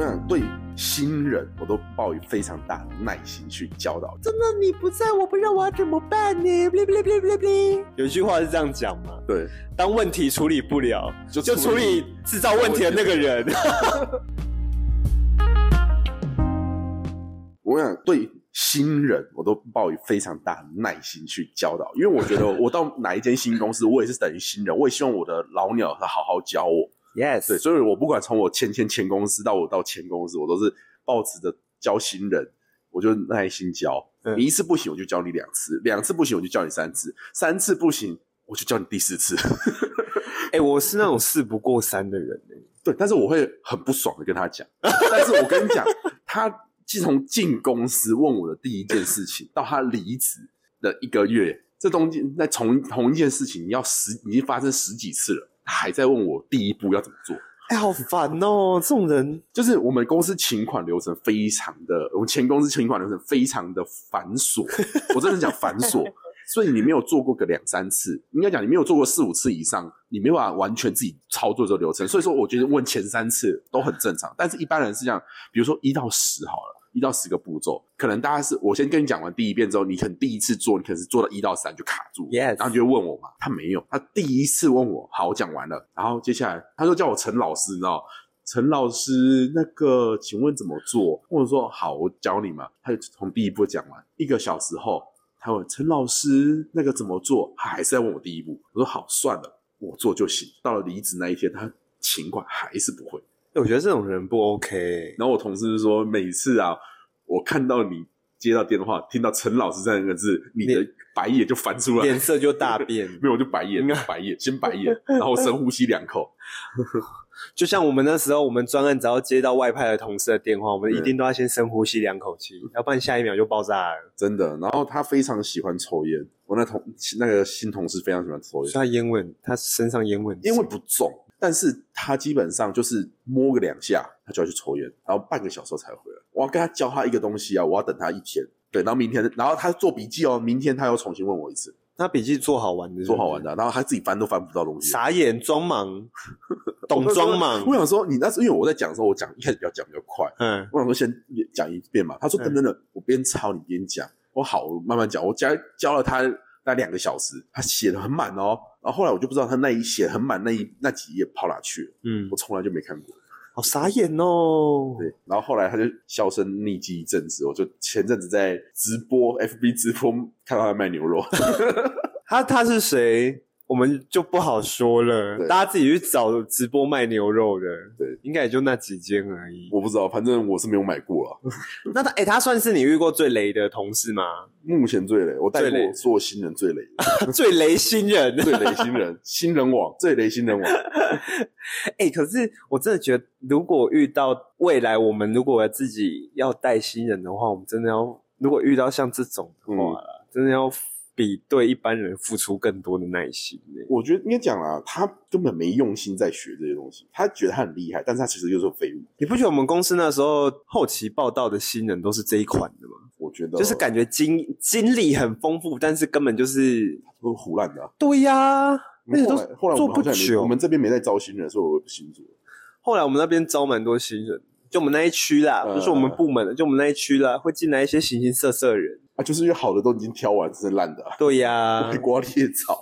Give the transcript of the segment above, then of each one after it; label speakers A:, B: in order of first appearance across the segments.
A: 上对新人我都抱有非常大的耐心去教导。
B: 真的你不在，我不知道我要怎么办呢。哔哩哔哩哔哩哔哩哔哩。
C: 有一句话是这样讲嘛，
A: 对，
C: 当问题处理不了，
A: 就
C: 就
A: 处
C: 处
A: 理
C: 理制造问题的那个人。
A: 我想对新人我都抱有非常大的耐心去教导，因为我觉得我到哪一间新公司，我也是等于新人，我也希望我的老鸟他好好教我。
C: yes，
A: 对，所以我不管从我前前前公司到我到前公司，我都是抱持着教新人，我就耐心教。
C: 嗯
A: 你一次不行，我就教你两次；两次不行，我就教你三次；三次不行，我就教你第四次。
C: 哎、我是那种事不过三的人、欸。
A: 对，但是我会很不爽的跟他讲。 但是我跟你讲，他自从进公司问我的第一件事情，到他离职的一个月，这中间那同同一件事情，要十已经发生十几次了，他还在问我第一步要怎么做。
C: 哎、好烦哦、这种人
A: 就是我们公司请款流程非常的，我们前公司请款流程非常的繁琐，我真的讲繁琐。所以你没有做过个两三次，应该讲你没有做过四五次以上，你没办法完全自己操作这个流程。所以说，我觉得问前三次都很正常，但是一般人是这样，比如说一到十好了。一到十个步骤，可能大家是我先跟你讲完第一遍之后，你可能第一次做，你可能是做到一到三就卡住
C: Yes
A: 然后你就会问我嘛，他没有，他第一次问我，好，我讲完了，然后接下来他说叫我陈老师，你知道，陈老师，那个请问怎么做？或者说好，我教你嘛。他就从第一步讲完，一个小时后，他问陈老师那个怎么做，他还是在问我第一步。我说好，算了，我做就行。到了离职那一天，他情况还是不会。
C: 欸我觉得这种人不 OK 欸、
A: 然后我同事就说，每次啊，我看到你接到电话，听到陈老师这两个字，你的
C: 脸
A: 白眼就翻出来
C: 脸。色就大变。
A: 没有，我就白眼，白眼，先白眼，然后深呼吸两口，
C: 就像我们那时候，我们专案只要接到外派的同事的电话，我们
A: 对
C: 一定都要先深呼吸两口气，要不然下一秒就爆炸了。
A: 真的。然后他非常喜欢抽烟，我那同那个新同事非常喜欢抽
C: 所以
A: 烟，
C: 他烟味，他身上烟味很重，
A: 烟味不重，但是他基本上就是摸个两下，他就要去抽烟，然后半个小时后才回来。我要跟他教他一个东西啊，我要等他一天。对，然后明天，然后他做笔记哦，明天他又重新问我一次，
C: 他笔记做好玩的，
A: 说好玩
C: 的，
A: 的啊、然后他自己翻都翻不到东西。
C: 傻眼装 忙，懂装忙
A: 我。想说，你那是因为我在讲的时候，我讲一开始比较讲比较快，
C: 嗯，
A: 我想说先讲一遍嘛。他说
C: 嗯
A: 等等等，我边抄你边讲。我好，我慢慢讲。我教教了他那两个小时，他写的很满哦。然后后来我就不知道他那一写得很满那一那几页跑哪去了，
C: 嗯
A: 我，从来就没看过。
C: 好傻眼哦。
A: 对，然后后来他就销声匿迹一阵子，我就前阵子在直播 FB 直播看到他卖牛肉，
C: 他他是谁，我们就不好说了，
A: 对
C: 大家自己去找直播卖牛肉的，
A: 对，
C: 应该也就那几间而已。
A: 我不知道，反正我是没有买过了。
C: 那他哎、他算是你遇过最雷的同事 吗？
A: 目前最雷，我带
C: 最雷
A: 过所有新人最雷，
C: 最雷新人。
A: 最雷新人，新人网最雷新人网，
C: 哎、可是我真的觉得，如果遇到未来我们如果自己要带新人的话，我们真的要，如果遇到像这种的话啦，真的要比对一般人付出更多的耐心、欸。
A: 我觉得应该讲啦，他根本没用心在学这些东西，他觉得他很厉害，但是他其实就是个废物。
C: 你不觉得我们公司那时候后期报道的新人都是这一款的吗？
A: 我觉得
C: 就是感觉经经历很丰富，但是根本就是
A: 都是胡乱的啊、
C: 对呀、而且
A: 后
C: 都
A: 来后来我
C: 做
A: 们
C: 不
A: 好像也没
C: 久。
A: 我们这边没在招新人，所以我也不清楚。
C: 后来我们那边招蛮多新人，就我们那一区啦，
A: 嗯
C: 不是我们部门的，就我们那一区啦，会进来一些形形色色的人。
A: 啊，就是因为好的都已经挑完，只剩烂的、啊，
C: 对呀、
A: 瓜裂 枣。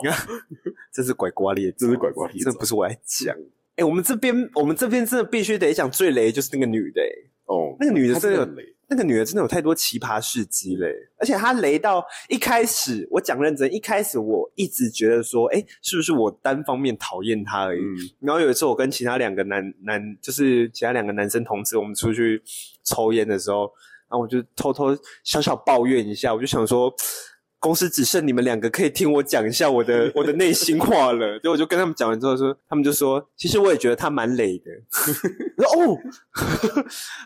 C: 这是拐瓜裂枣，
A: 这是拐瓜裂枣
C: 这不是我来讲。哎、我们这边我们这边真的必须得讲最雷的就是那个女的、欸，
A: 哦，
C: 那个女的
A: 他真
C: 真的
A: 的
C: 有
A: 很雷。
C: 那个女的真的有太多奇葩事迹嘞、而且她雷到一开始，我讲认真，一开始我一直觉得说，哎、是不是我单方面讨厌她而已？
A: 嗯，
C: 然后有一次我跟其他两个男男，就是其他两个男生同志，我们出去抽烟的时候，然后我就偷偷小小抱怨一下，我就想说。公司只剩你们两个可以听我讲一下我的我的内心话了，对，我就跟他们讲完之后说，他们就说，其实我也觉得他蛮累的， 我说哦，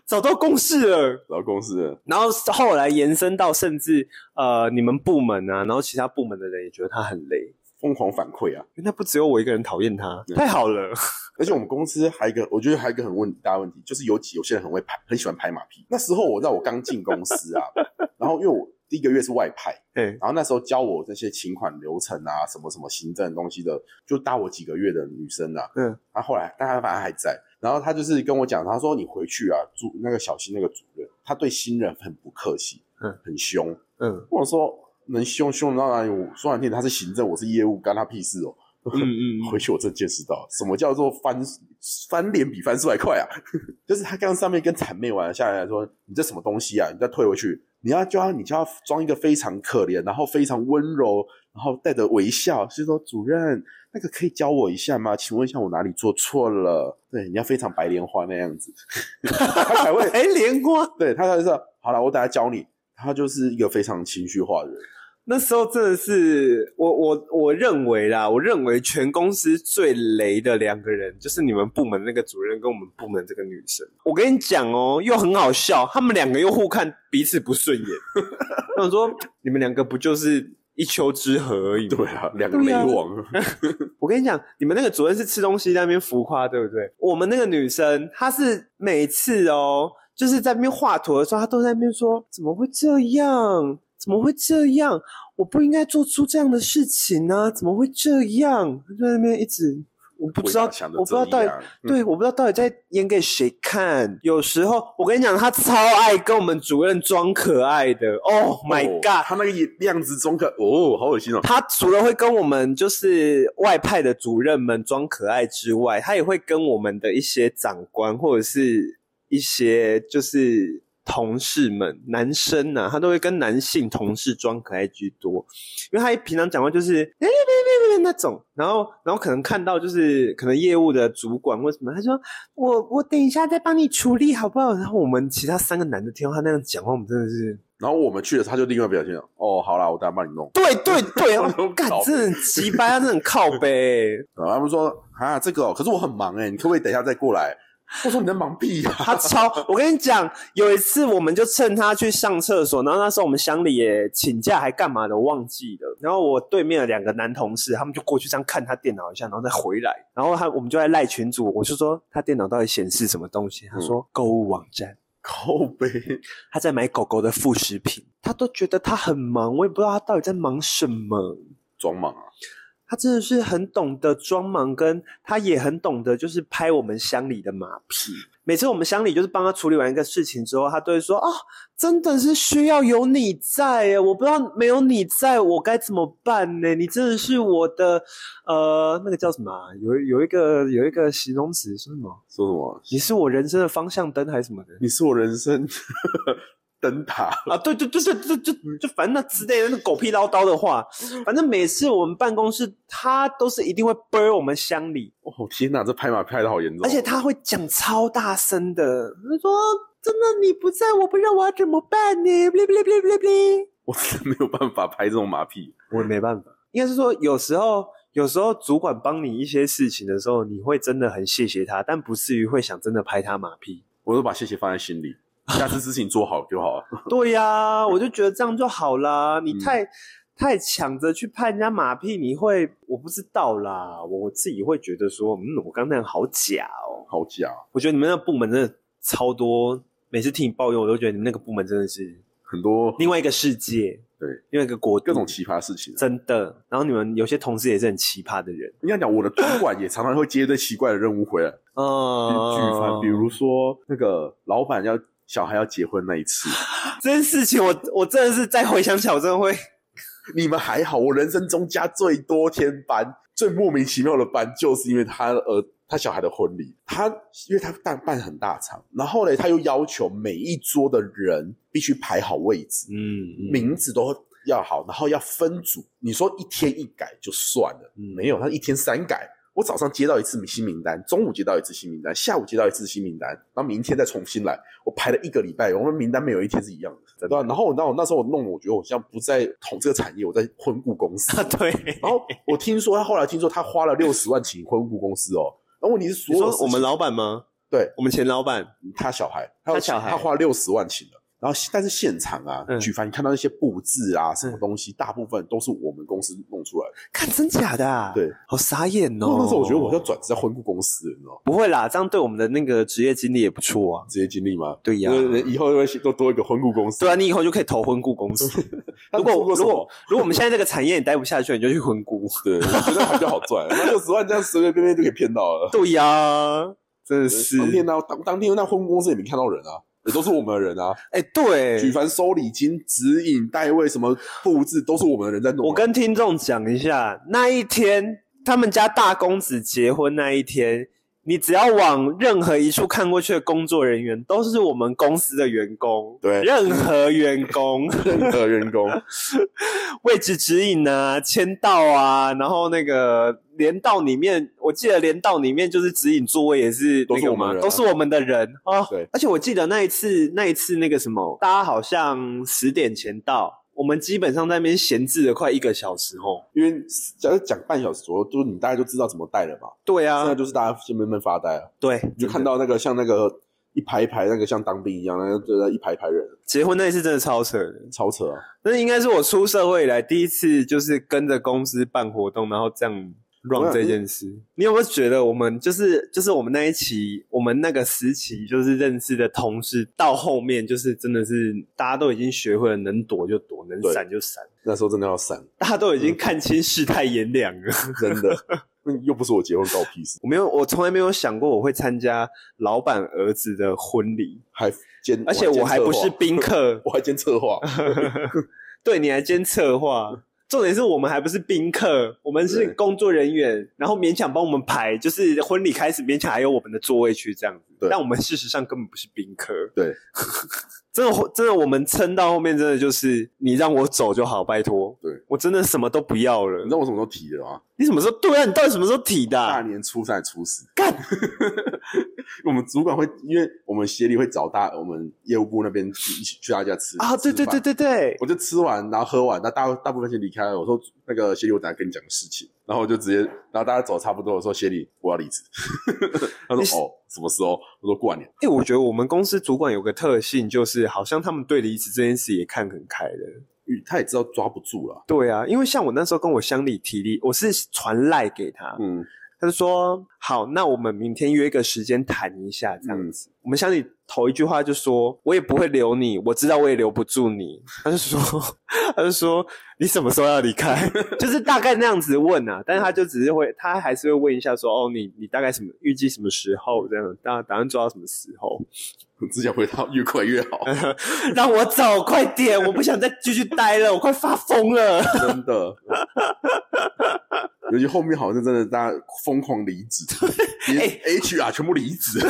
C: 找到共识了。
A: 然后公司的
C: 然后后来延伸到甚至呃你们部门啊，然后其他部门的人也觉得他很累，
A: 疯狂反馈啊，
C: 因为那不只有我一个人讨厌他，
A: 嗯
C: 太好了。
A: 而且我们公司还有一个，我觉得还有一个很问大问题，就是有几有些人很会拍，很喜欢拍马屁。那时候我在我刚进公司啊，然后因为我第一个月是外派，
C: 哎，
A: 然后那时候教我这些请款流程啊，什么什么行政的东西的，就大我几个月的女生啊，
C: 嗯，
A: 她后来但她反正还在，然后他就是跟我讲，他说你回去啊，主那个小新那个主任，他对新人很不客气，
C: 嗯，
A: 很凶。
C: 嗯
A: 我说能凶凶得到哪里？我说难听，他是行政，我是业务，干他屁事哦。
C: 嗯 嗯
A: 回去我真见识到什么叫做翻翻脸比翻书还快啊！ 就是他刚上面跟谄媚完了下来说，你这什么东西啊？你再退回去，你要就要你就要装一个非常可怜，然后非常温柔，然后带着微笑，是说主任那个可以教我一下吗？请问一下我哪里做错了？对，你要非常白莲花那样子，他才会
C: 哎，莲花
A: 对他才会说好了，我等下教你。他就是一个非常情绪化的人，
C: 那时候真的是我我我认为啦，我认为全公司最雷的两个人就是你们部门那个主任跟我们部门这个女生。我跟你讲哦，又很好笑，他们两个又互看彼此不顺 眼。那我说你们两个不就是一丘之貉而已吗？
A: 对啊，两个
C: 对
A: 雷
C: 啊
A: 王，
C: 我跟你讲，你们那个主任是吃东西在那边浮夸，对不对？我们那个女生，她是每次哦，就是在那边画图的时候，她都在那边说：“怎么会这样？怎么会这样？我不应该做出这样的事情呢、怎么会这样？”她就在那边一直，我不知道，
A: 为啥想的
C: 我不知道到底。
A: 嗯
C: 对，我不知道到底在演给谁看。有时候我跟你讲，她超爱跟我们主任装可爱的。Oh my
A: 哦
C: god！
A: 他那个样子中可哦，好恶心哦！
C: 他除了会跟我们就是外派的主任们装可爱之外，他也会跟我们的一些长官或者是一些就是同事们，男生呐、他都会跟男性同事装可爱居多，因为他平常讲话就是哎别别别别那种，然后然后可能看到就是可能业务的主管或什么，他说我我等一下再帮你处理好不好？然后我们其他三个男的听到他那样讲话，我们真的是。
A: 然后我们去了，他就另外表现了哦，好啦，我等下帮你弄。
C: 对 对对，
A: 我
C: 哦
A: 都
C: 干
A: 搞，不
C: 真的很鸡掰，他真的很靠背、欸
A: 然后他们说啊，这个、哦，可是我很忙哎、你可不可以等一下再过来？我说你在忙屁呀、
C: 他超，我跟你讲，有一次我们就趁他去上厕所，然后那时候我们乡里也请假还干嘛的，我忘记了。然后我对面的两个男同事，他们就过去这样看他电脑一下，然后再回来。然后他我们就在赖群主，我就说他电脑到底显示什么东西？他
A: 嗯
C: 说购物网站，
A: 靠背，
C: 他在买狗狗的副食品。他都觉得他很忙，我也不知道他到底在忙什么。
A: 装忙啊！
C: 他真的是很懂得装忙，跟他也很懂得就是拍我们乡里的马屁。每次我们乡里就是帮他处理完一个事情之后，他都会说：“哦，真的是需要有你在耶，我不知道没有你在我该怎么办呢？你真的是我的，呃，那个叫什么啊、有有一个有一个形容词是什么？
A: 说什么？
C: 你是我人生的方向灯还是什么的？
A: 你是我人生 灯塔，
C: 啊，对对对对对，就就反正那之类的那狗屁唠叨的话，反正每次我们办公室他都是一定会啵我们乡里。”
A: 哦天哪，这拍马拍的好严重！啊
C: 而且他会讲超大声的，
B: 他说：“真的你不在，我不知道我要怎么办呢。”哔哩哔哩哔哩哔哩哔哩。
A: 我真的没有办法拍这种马屁，
C: 我也没办法。应该是说，有时候有时候主管帮你一些事情的时候，你会真的很谢谢他，但不至于会想真的拍他马屁。
A: 我都把谢谢放在心里，下次事情做好就好了。
C: 对呀、我就觉得这样就好啦。你
A: 嗯
C: 太、太抢着去拍人家马屁，你会我不知道啦。我我自己会觉得说，嗯，我刚那样好假哦。
A: 好假，啊
C: 我觉得你们那个部门真的超多，每次听你抱怨，我都觉得你们那个部门真的是
A: 很多
C: 另外一个世界，
A: 嗯对，
C: 另外一个国度，
A: 各种奇葩事情啊、
C: 真的。然后你们有些同事也是很奇葩的人，
A: 应该讲，我的主管也常常会接一堆奇怪的任务回来，巨翻。
C: 嗯，
A: 比如说那个老板要小孩要结婚那一次，
C: 这件事情我，我真的是再回想起来，我真的会，
A: 你们还好，我人生中加最多天班，最莫名其妙的班，就是因为他呃他小孩的婚礼，他因为他办办很大场，然后呢，他又要求每一桌的人必须排好位置，
C: 嗯，
A: 名字都要好，然后要分组。你说一天一改就算了，没有，他一天三改。我早上接到一次新名单，中午接到一次新名单，下午接到一次新名单，然后明天再重新来。我排了一个礼拜，我们名单没有一天是一样的，对啊吧、然后我那我那时候我弄，我觉得我像不在捅这个产业，我在婚顾公司
C: 啊。 对。
A: 然后我听说他后来听说他花了六十万请婚顾公司哦。然后问题是所
C: 你
A: 有
C: 说
A: 事情
C: 我们老板吗？
A: 对
C: 我们前老板，
A: 他小孩，
C: 他小孩
A: 他花六十万请了。然后，但是现场啊，
C: 嗯
A: 举凡你看到那些布置啊，什么
C: 嗯
A: 东西，大部分都是我们公司弄出来的。
C: 看真假的、啊，
A: 对，
C: 好傻眼
A: 然
C: 哦。
A: 后那时候我觉得我要转职在婚顾公司了，你知道吗？
C: 不会啦，这样对我们的那个职业经历也不错啊。
A: 职业经历吗？
C: 对呀、
A: 就是以后会都多一个婚顾公司。
C: 对啊，你以后就可以投婚顾 公司。
A: 那你
C: 如
A: 做
C: 果
A: 过什
C: 如
A: 么
C: 果如果我们现在这个产业你待不下去，你就 去婚顾。
A: 对，我觉得还比较好赚。那六十万这样随随便便就可以骗到了，
C: 对呀、真的是，
A: 当天那当当天那婚顾公司也没看到人啊，也都是我们的人啊。
C: 哎、对，
A: 举凡收礼金、指引、代位什么布置，都是我们的人在弄啊。
C: 我跟听众讲一下，那一天他们家大公子结婚那一天，你只要往任何一处看过去的工作人员，都是我们公司的员工，
A: 对
C: 任何员工
A: 任何员工，
C: 位置指引啊、签到啊，然后那个连道里面，我记得连道里面就是指引座位也是
A: 都是
C: 那个
A: 我们
C: 嘛
A: 人啊
C: 都是我们的人啊。
A: 对，
C: 而且我记得那一次，那一次那个什么，大家好像十点前到。我们基本上在那边闲置了快一个小时哦。
A: 因为假如讲半小时左右，就是你大概就知道怎么带了嘛。
C: 对啊，
A: 现在就是大家先慢慢发呆啊，
C: 对，
A: 你就看到那个像那个一排一排那个像当兵一样，那个一排一排人，
C: 结婚那一次真的超扯的，
A: 超扯啊！
C: 那应该是我出社会以来第一次，就是跟着公司办活动，然后这样 run 这件事。你有没有觉得我们就是就是我们那一期，我们那个时期就是认识的同事，到后面就是真的是大家都已经学会了能躲就躲，能
A: 对
C: 闪就闪，
A: 那时候真的要闪，
C: 大家都已经看清世态炎凉了。
A: 真的，那又不是我结婚搞屁事，
C: 我没有，我从来没有想过我会参加老板儿子的婚礼，
A: 还兼，
C: 而且我还不是宾
A: 宾，，
C: 客
A: 我还兼策 划，
C: 对，你还兼策划。重点是我们还不是宾客，我们是
A: 对
C: 工作人员，然后勉强帮我们排，就是婚礼开始勉强还有我们的座位区这样子。
A: 对
C: 但我们事实上根本不是宾客。
A: 对，
C: 真的真的，我们撑到后面真的就是你让我走就好，拜托。
A: 对，
C: 我真的什么都不要
A: 你
C: 了
A: 知。道我什么时候提的吗？
C: 你什么时候对啊？你到底什么时候提的啊、
A: 大年初三、初四，
C: 干
A: 我们主管会，因为我们协理会找大我们业务部那边去一起去他家吃
C: 啊？对对对，
A: 吃饭
C: 对对，
A: 我就吃完，然后喝完，那大大部分先离开了。我说那个协理，我等下跟你讲个事情，然后我就直接，然后大家走差不多，我说协理，我要离职。 他
C: 你是
A: 说哦，什么时候？我说过完年。
C: 哎、我觉得我们公司主管有个特性，就是好像他们对离职这件事也看很开的。
A: 嗯他也知道抓不住了，
C: 对啊，因为像我那时候跟我乡里提离，我是传赖给他，
A: 嗯，
C: 他就说好，那我们明天约一个时间谈一下这
A: 嗯
C: 样子。我们乡里头一句话就说，我也不会留你，我知道我也留不住你。他就说， 他就说你什么时候要离开？ 就是大概那样子问啊，但是他就只是会，他还是会问一下说，哦，你你大概什么预计什么时候这样，打打算做到什么时候？
A: 只想回到越快越好，
C: 让我走，快点！我不想再继续待了，我快发疯了。
A: 真的。 尤其后面好像真的大家疯狂离职，连 HR 全部离职，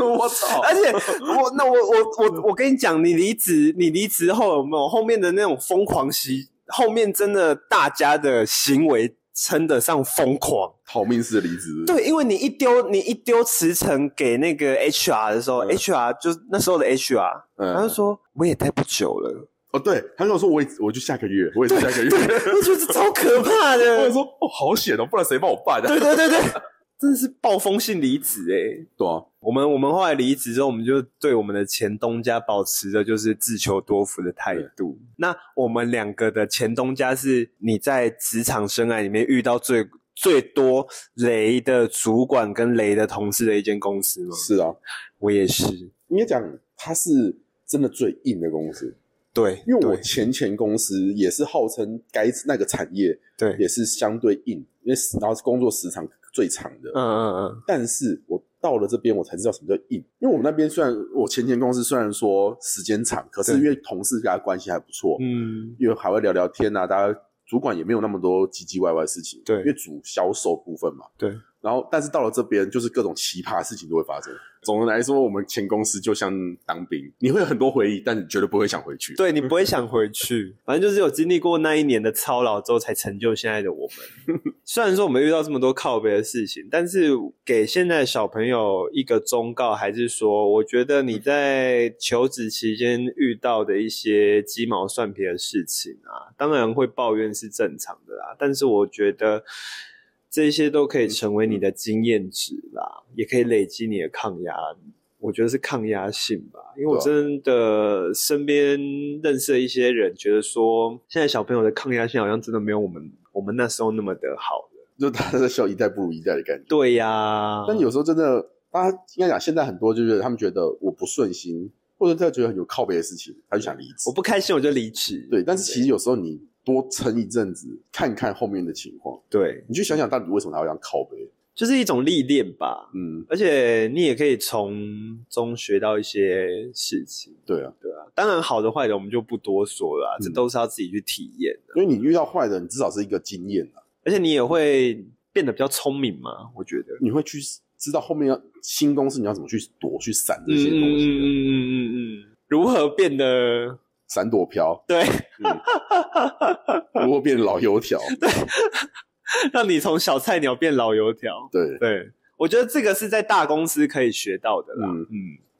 A: 我操！
C: 而且我那我我
A: 嗯
C: 我我跟你讲，你离职，你离职后有没有后面的那种疯狂习？后面真的大家的行为称得上疯狂。
A: 逃命式的离职，
C: 对，因为你一丢你一丢辞呈给那个 HR 的时候、
A: 嗯
C: h r 就是那时候的 HR，、
A: 嗯，
C: 他就说我也待不久了，
A: 哦，对，他跟我说我也我就下个月，我也是下个月。
C: 我觉得超可怕的。
A: 我也说哦，好险哦，不然谁帮我办啊？
C: 对对对对，真的是暴风性离职哎、
A: 对啊，
C: 我们我们后来离职之后，我们就对我们的前东家保持着就是自求多福的态度。那我们两个的前东家是你在职场生涯里面遇到最最多雷的主管跟雷的同事的一间公司吗？
A: 是啊，
C: 我也是，
A: 应该讲他是真的最硬的公司，
C: 对，
A: 因为我
C: 对
A: 前前公司也是号称该那个产业
C: 对，
A: 也是相对硬，因为然后是工作时长最长的，
C: 嗯嗯嗯，
A: 但是我到了这边，我才知道什么叫硬。因为我们那边虽然我前前公司虽然说时间长，可是
C: 对
A: 因为同事跟他关系还不错，
C: 嗯，
A: 因为还会聊聊天啊，大家主管也没有那么多唧唧歪歪的事情，
C: 对
A: 因为主销售部分嘛，
C: 对。
A: 然后，但是到了这边，就是各种奇葩的事情都会发生。总的来说，我们前公司就像当兵，你会有很多回忆，但你绝对不会想回去。，
C: 对你不会想回去，反正就是有经历过那一年的操劳之后，才成就现在的我们。虽然说我们遇到这么多靠背的事情，但是给现在的小朋友一个忠告，还是说，我觉得你在求职期间遇到的一些鸡毛蒜皮的事情啊，当然会抱怨是正常的啦，但是我觉得。这些都可以成为你的经验值啦，也可以累积你的抗压我觉得是抗压性吧，因为我
A: 对啊
C: 真的身边认识的一些人，觉得说现在小朋友的抗压性好像真的没有我们我们那时候那么的好了。
A: 就大家在笑一代不如一代的感觉。
C: 对呀、
A: 但有时候真的，大家应该讲，现在很多就是他们觉得我不顺心，或者他觉得很有靠背的事情，他就想离职
C: 我。不开心我就离职。
A: 对，但是其实有时候你多撑一阵子，看看后面的情况，
C: 对
A: 你去想想到底为什么他会这样靠背。
C: 就是一种历练吧。
A: 嗯，
C: 而且你也可以从中学到一些事情，
A: 对啊，
C: 对啊。当然，好的坏的我们就不多说了啊、这
A: 嗯
C: 都是要自己去体验的。
A: 因为你遇到坏的，你至少是一个经验啊，
C: 而且你也会变得比较聪明嘛，我觉得。
A: 你会去知道后面要新公司你要怎么去躲、去闪这些东
C: 嗯嗯
A: 西，啊
C: 嗯嗯嗯，如何变得
A: 闪躲飘，嗯
C: 对，
A: 如果变老油条，
C: 让你从小菜鸟变老油条？
A: 对。
C: 对，我觉得这个是在大公司可以学到的啦。
A: 嗯
C: 嗯，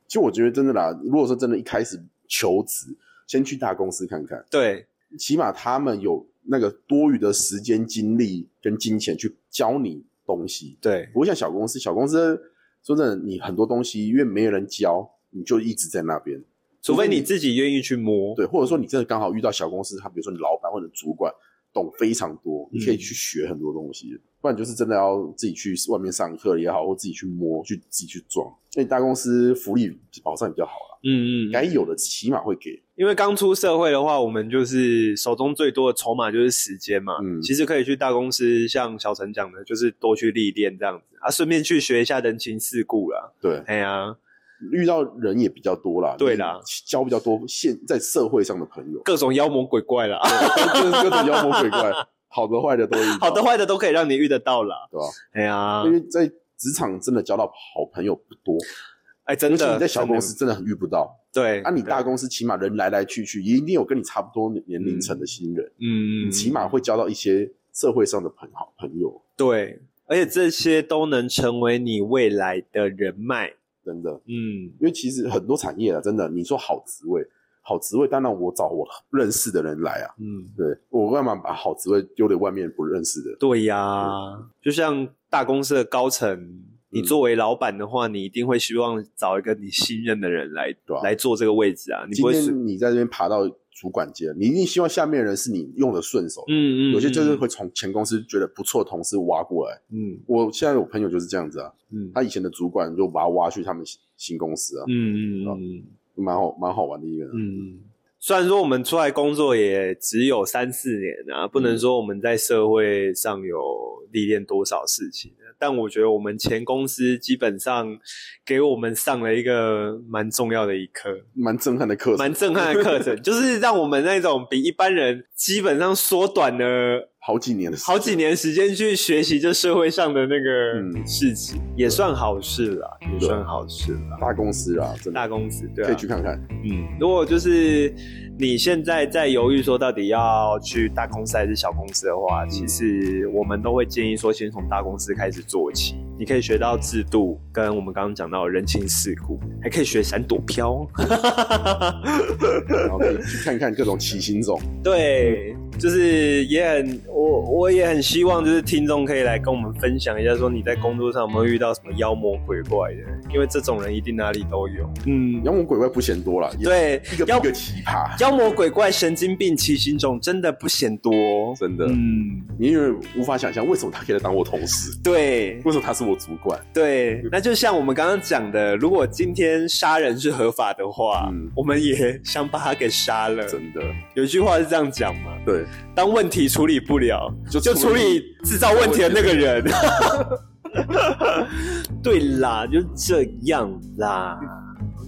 A: 其实我觉得真的啦，如果说真的一开始求职，先去大公司看看，
C: 对，
A: 起码他们有那个多余的时间、精力跟金钱去教你东西。
C: 对，
A: 不会像小公司，小公司说真的，你很多东西因为没有人教，你就一直在那边。
C: 除非你自己愿意去摸。
A: 对，或者说你真的刚好遇到小公司，他比如说你老板或者主管懂非常多，你可以去学很多东西。不然就是真的要自己去外面上课也好，或自己去摸、去自己去撞。所以大公司福利保障比较好啦，
C: 嗯嗯，
A: 该有的起码会给。
C: 因为刚出社会的话，我们就是手中最多的筹码就是时间嘛。
A: 嗯
C: 其实可以去大公司，像小陈讲的，就是多去历练这样子啊，顺便去学一下人情世故啦。
A: 对，
C: 哎呀、
A: 遇到人也比较多啦，
C: 对啦，
A: 交比较多现在社会上的朋友，
C: 各种妖魔鬼怪啦，
A: 真的是各种妖魔鬼怪，好的坏的都遇到，
C: 好的坏的都可以让你遇得到啦。
A: 对吧？
C: 哎呀、
A: 因为在职场真的交到好朋友不多，
C: 哎，真
A: 而且
C: 的，
A: 你在小
C: 真的
A: 公司真的很遇不到。
C: 对，
A: 啊，你大
C: 对
A: 公司起码人来来去去，也一定有跟你差不多年龄层的新人，
C: 嗯，嗯
A: 你起码
C: 嗯
A: 会交到一些社会上的朋好朋友，
C: 对，而且这些都能成为你未来的人脉。
A: 真的。
C: 嗯，
A: 因为其实很多产业啊，真的，你说好职位，好职位，当然我找我认识的人来啊，
C: 嗯，
A: 对我干嘛把好职位丢给外面不认识的？
C: 对呀，就像大公司的高层，你
A: 嗯
C: 作为老板的话，你一定会希望找一个你信任的人来
A: 对啊
C: 来做这个位置啊，你
A: 今
C: 不会是
A: 天你在这边爬到主管阶，你一定希望下面的人是你用的顺手的。
C: 嗯嗯，
A: 有些就是
C: 嗯
A: 会从前公司觉得不错的同事挖过来，
C: 嗯
A: 我现在有朋友就是这样子啊，
C: 嗯
A: 他以前的主管就把他挖去他们新新公司啊，
C: 嗯嗯嗯
A: 蛮好蛮好玩的一个人。啊
C: 嗯。虽然说我们出来工作也只有三四年啊，不
A: 嗯
C: 能说我们在社会上有历练多少事情，啊但我觉得我们前公司基本上给我们上了一个蛮重要的一课，
A: 蛮震撼的课程
C: 蛮，震撼的课程， 就是让我们那种比一般人基本上缩短了
A: 好几年的时间啊
C: 好几年时间去学习这社会上的那个
A: 嗯
C: 事情，也算好事啦，也
A: 对
C: 算好事啦。
A: 大公司啦，真的
C: 大公司对、啊，
A: 可以去看看。
C: 嗯，如果就是你现在在犹豫说到底要去大公司还是小公司的话，其实我们都会建议说，先从大公司开始做起。你可以学到制度，跟我们刚刚讲到的人情世故，还可以学闪躲 飘。
A: 然后可以去看看各种奇形种。
C: 对，就是也很我我也很希望就是听众可以来跟我们分享一下，说你在工作上有没有遇到什么妖魔鬼怪的，因为这种人一定哪里都有。嗯，
A: 妖魔鬼怪不嫌多了，也
C: 对，
A: 一个比
C: 妖
A: 一个奇葩，
C: 妖魔鬼怪、神经病、奇形种真的不嫌多、哦。
A: 真的。
C: 嗯，
A: 你因为无法想象为什么他可以来当我同事，
C: 对
A: 为什么他是我主管？
C: 对，那就像我们刚刚讲的，如果今天杀人是合法的话，
A: 嗯
C: 我们也想把他给杀了。
A: 真的，
C: 有一句话是这样讲嘛：
A: 对，
C: 当问题处理不了，
A: 就
C: 就处理制造问题的那个 人。对啦，就这样啦。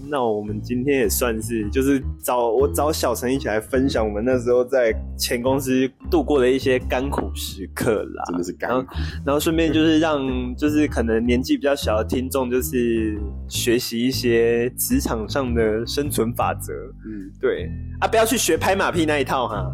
C: 那我们今天也算是，就是找我找小陈一起来分享我们那时候在前公司度过的一些甘苦时刻啦。
A: 真的是干
C: 啊然后，然后顺便就是让，就是可能年纪比较小的听众，就是学习一些职场上的生存法则。
A: 嗯，
C: 对啊，不要去学拍马屁那一套哈。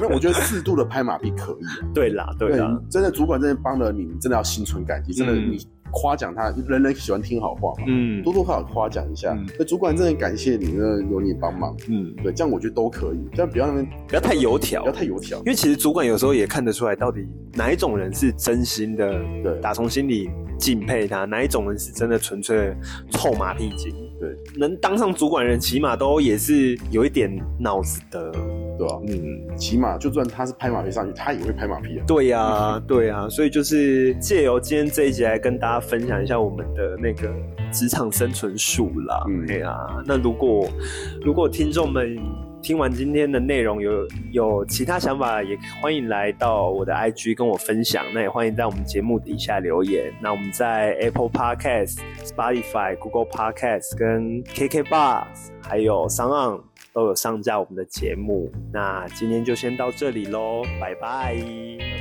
A: 那我觉得适度的拍马屁可以啊。
C: 对啦， 对啦，
A: 真的主管真的帮了你，你真的要心存感激。真的，
C: 嗯
A: 你夸奖他，人人喜欢听好话嘛，
C: 嗯
A: 多多少少夸奖一下
C: 嗯。
A: 那主管真的感谢你，真的有你帮忙，
C: 嗯，
A: 对，这样我觉得都可以，但不要那边
C: 不要太油条
A: 不要，太油条
C: 因。为其实主管有时候也看得出来，到底哪一种人是真心的，
A: 对
C: 打从心里敬佩他，哪一种人是真的纯粹的臭马屁精。
A: 对，
C: 能当上主管的人，起码都也是有一点脑子的。
A: 对吧？
C: 嗯，
A: 起码就算他是拍马屁上去，他也会拍马屁啊。
C: 对呀、对呀、所以就是借由今天这一集来跟大家分享一下我们的那个职场生存术啦。
A: 嗯
C: 对呀、那如果如果听众们听完今天的内容有有其他想法，也欢迎来到我的 IG 跟我分享。那也欢迎在我们节目底下留言。那我们在 Apple Podcast、Spotify、Google Podcast 跟 KK Box 还有 s o n 都有上架我们的节目。那今天就先到这里喽，拜拜。